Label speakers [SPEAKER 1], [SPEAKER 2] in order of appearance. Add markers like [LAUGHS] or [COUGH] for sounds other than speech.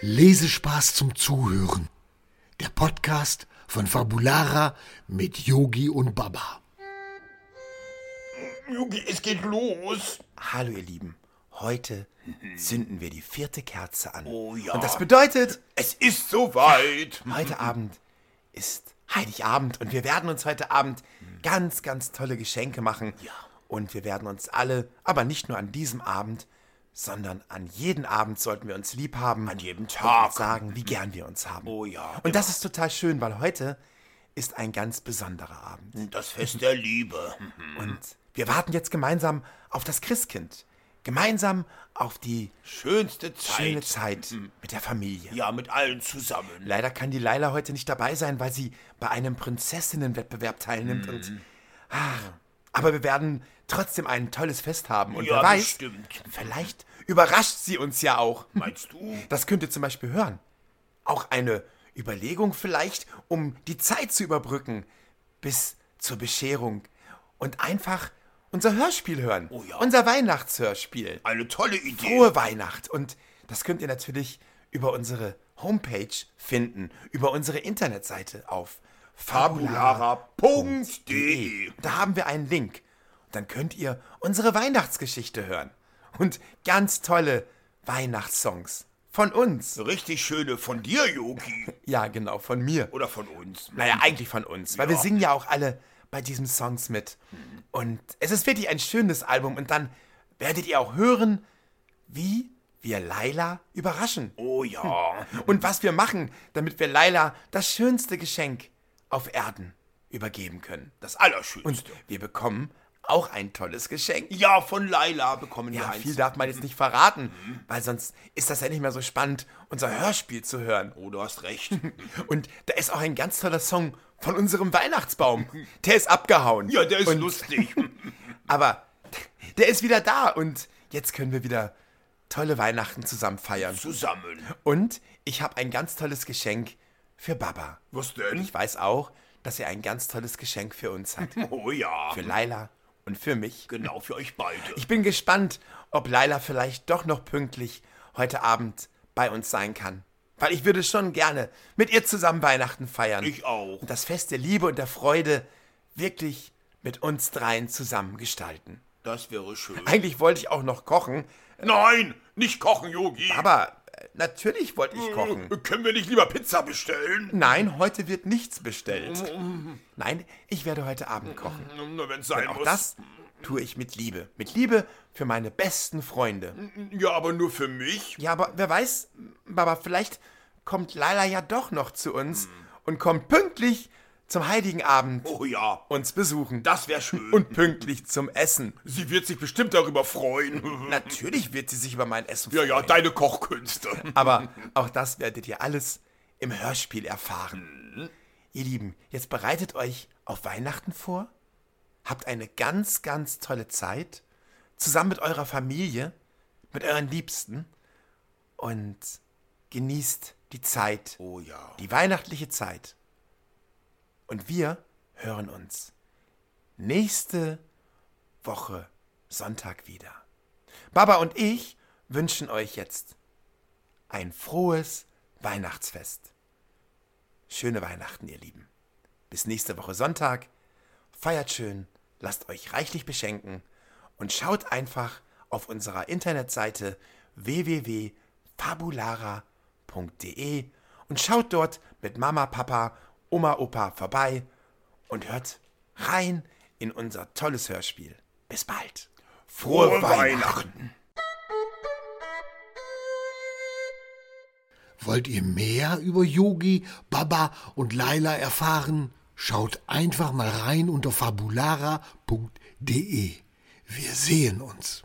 [SPEAKER 1] Lesespaß zum Zuhören. Der Podcast von Fabulara mit Yogi und Baba.
[SPEAKER 2] Yogi, es geht los.
[SPEAKER 3] Hallo ihr Lieben,
[SPEAKER 2] [LAUGHS]
[SPEAKER 3] heute zünden wir die vierte Kerze an.
[SPEAKER 2] Oh ja.
[SPEAKER 3] Und das bedeutet,
[SPEAKER 2] Es ist soweit.
[SPEAKER 3] heute Abend ist Heiligabend und wir werden uns heute Abend ganz, ganz tolle Geschenke machen.
[SPEAKER 2] Mhm. Ja.
[SPEAKER 3] Und wir werden uns alle, aber nicht nur an diesem Abend, sondern an jeden Abend sollten wir uns lieb haben.
[SPEAKER 2] An jedem
[SPEAKER 3] Und
[SPEAKER 2] Tag.
[SPEAKER 3] uns sagen, wie gern wir uns haben.
[SPEAKER 2] Oh ja.
[SPEAKER 3] Und das ist total schön, weil heute ist ein ganz besonderer Abend.
[SPEAKER 2] Das Fest der Liebe. Mhm.
[SPEAKER 3] Und wir warten jetzt gemeinsam auf das Christkind. Gemeinsam auf die
[SPEAKER 2] Schönste Zeit.
[SPEAKER 3] schöne Zeit mit der Familie.
[SPEAKER 2] Ja, mit allen zusammen.
[SPEAKER 3] Leider kann die Laila heute nicht dabei sein, weil sie bei einem Prinzessinnenwettbewerb teilnimmt. Und, ach, aber wir werden trotzdem ein tolles Fest haben. Und
[SPEAKER 2] Ja,
[SPEAKER 3] wer weiß,
[SPEAKER 2] bestimmt.
[SPEAKER 3] vielleicht überrascht sie uns ja auch.
[SPEAKER 2] Meinst du?
[SPEAKER 3] Das könnt ihr zum Beispiel hören. Auch eine Überlegung vielleicht, um die Zeit zu überbrücken bis zur Bescherung. Und einfach unser Hörspiel hören.
[SPEAKER 2] Oh ja.
[SPEAKER 3] Unser Weihnachtshörspiel.
[SPEAKER 2] Eine tolle Idee.
[SPEAKER 3] Frohe Weihnacht. Und das könnt ihr natürlich über unsere Homepage finden, über unsere Internetseite auf
[SPEAKER 2] fabulara.de.
[SPEAKER 3] Da haben wir einen Link. Dann könnt ihr unsere Weihnachtsgeschichte hören. Und ganz tolle Weihnachtssongs. Von uns.
[SPEAKER 2] Richtig schöne von dir, Yogi.
[SPEAKER 3] Ja, genau, von mir.
[SPEAKER 2] Oder von uns.
[SPEAKER 3] Naja, eigentlich von uns, weil wir singen Mhm. ja auch alle bei diesen Songs mit. Und es ist wirklich ein schönes Album und dann werdet ihr auch hören, wie wir Laila überraschen.
[SPEAKER 2] Oh ja.
[SPEAKER 3] Und was wir machen, damit wir Laila das schönste Geschenk auf Erden übergeben können.
[SPEAKER 2] Das Allerschönste.
[SPEAKER 3] Wir bekommen auch ein tolles Geschenk.
[SPEAKER 2] ja, von Laila bekommen wir
[SPEAKER 3] Ja, Mhm.
[SPEAKER 2] eins.
[SPEAKER 3] viel darf man jetzt nicht verraten, weil sonst ist das ja nicht mehr so spannend, unser Hörspiel zu hören.
[SPEAKER 2] Oh, du hast
[SPEAKER 3] [LAUGHS]
[SPEAKER 2] recht.
[SPEAKER 3] Und da ist auch ein ganz toller Song von unserem Weihnachtsbaum. Der ist abgehauen.
[SPEAKER 2] ja, der ist
[SPEAKER 3] und,
[SPEAKER 2] lustig.
[SPEAKER 3] Aber der ist wieder da und jetzt können wir wieder tolle Weihnachten zusammen feiern.
[SPEAKER 2] Zusammen.
[SPEAKER 3] [LAUGHS] Und ich habe ein ganz tolles Geschenk für Baba.
[SPEAKER 2] Was denn?
[SPEAKER 3] Ich weiß auch, dass er ein ganz tolles Geschenk für uns hat.
[SPEAKER 2] Oh ja.
[SPEAKER 3] Für Laila und für mich.
[SPEAKER 2] Genau, für euch beide.
[SPEAKER 3] Ich bin gespannt, ob Laila vielleicht doch noch pünktlich heute Abend bei uns sein kann. Weil ich würde schon gerne mit ihr zusammen Weihnachten feiern.
[SPEAKER 2] Ich auch.
[SPEAKER 3] Und das Fest der Liebe und der Freude wirklich mit uns dreien zusammen gestalten.
[SPEAKER 2] Das wäre schön.
[SPEAKER 3] Eigentlich wollte ich auch noch kochen,
[SPEAKER 2] Nein, nicht kochen, Yogi.
[SPEAKER 3] aber äh, natürlich wollte ich kochen.
[SPEAKER 2] Äh, Können wir nicht lieber Pizza bestellen?
[SPEAKER 3] Nein, heute wird nichts bestellt. Nein, ich werde heute Abend kochen.
[SPEAKER 2] Hm, Nur wenn es sein
[SPEAKER 3] Auch
[SPEAKER 2] muss.
[SPEAKER 3] das tue ich mit Liebe. Mit Liebe für meine besten Freunde.
[SPEAKER 2] Ja, aber nur für mich.
[SPEAKER 3] Ja, aber wer weiß, Baba, vielleicht kommt Laila ja doch noch zu uns und kommt pünktlich zum Heiligen Abend
[SPEAKER 2] Oh ja,
[SPEAKER 3] uns besuchen.
[SPEAKER 2] das wäre schön.
[SPEAKER 3] und pünktlich zum Essen.
[SPEAKER 2] sie wird sich bestimmt darüber freuen. [LAUGHS]
[SPEAKER 3] Natürlich wird sie sich über mein Essen
[SPEAKER 2] Ja, ja,
[SPEAKER 3] freuen.
[SPEAKER 2] deine Kochkünste.
[SPEAKER 3] [LAUGHS] Aber auch das werdet ihr alles im Hörspiel erfahren. Ihr Lieben, jetzt bereitet euch auf Weihnachten vor. Habt eine ganz, ganz tolle Zeit. Zusammen mit eurer Familie, mit euren Liebsten. Und genießt die Zeit,
[SPEAKER 2] Oh ja.
[SPEAKER 3] die weihnachtliche Zeit. Und wir hören uns nächste Woche Sonntag wieder. Baba und ich wünschen euch jetzt ein frohes Weihnachtsfest. Schöne Weihnachten, ihr Lieben. Bis nächste Woche Sonntag. Feiert schön, lasst euch reichlich beschenken und schaut einfach auf unserer Internetseite www.fabulara.de und schaut dort mit Mama, Papa, Oma, Opa vorbei und hört rein in unser tolles Hörspiel. Bis bald.
[SPEAKER 2] Frohe,
[SPEAKER 3] Weihnachten.
[SPEAKER 1] Wollt ihr mehr über Yogi, Baba und Laila erfahren? Schaut einfach mal rein unter fabulara.de. Wir sehen uns.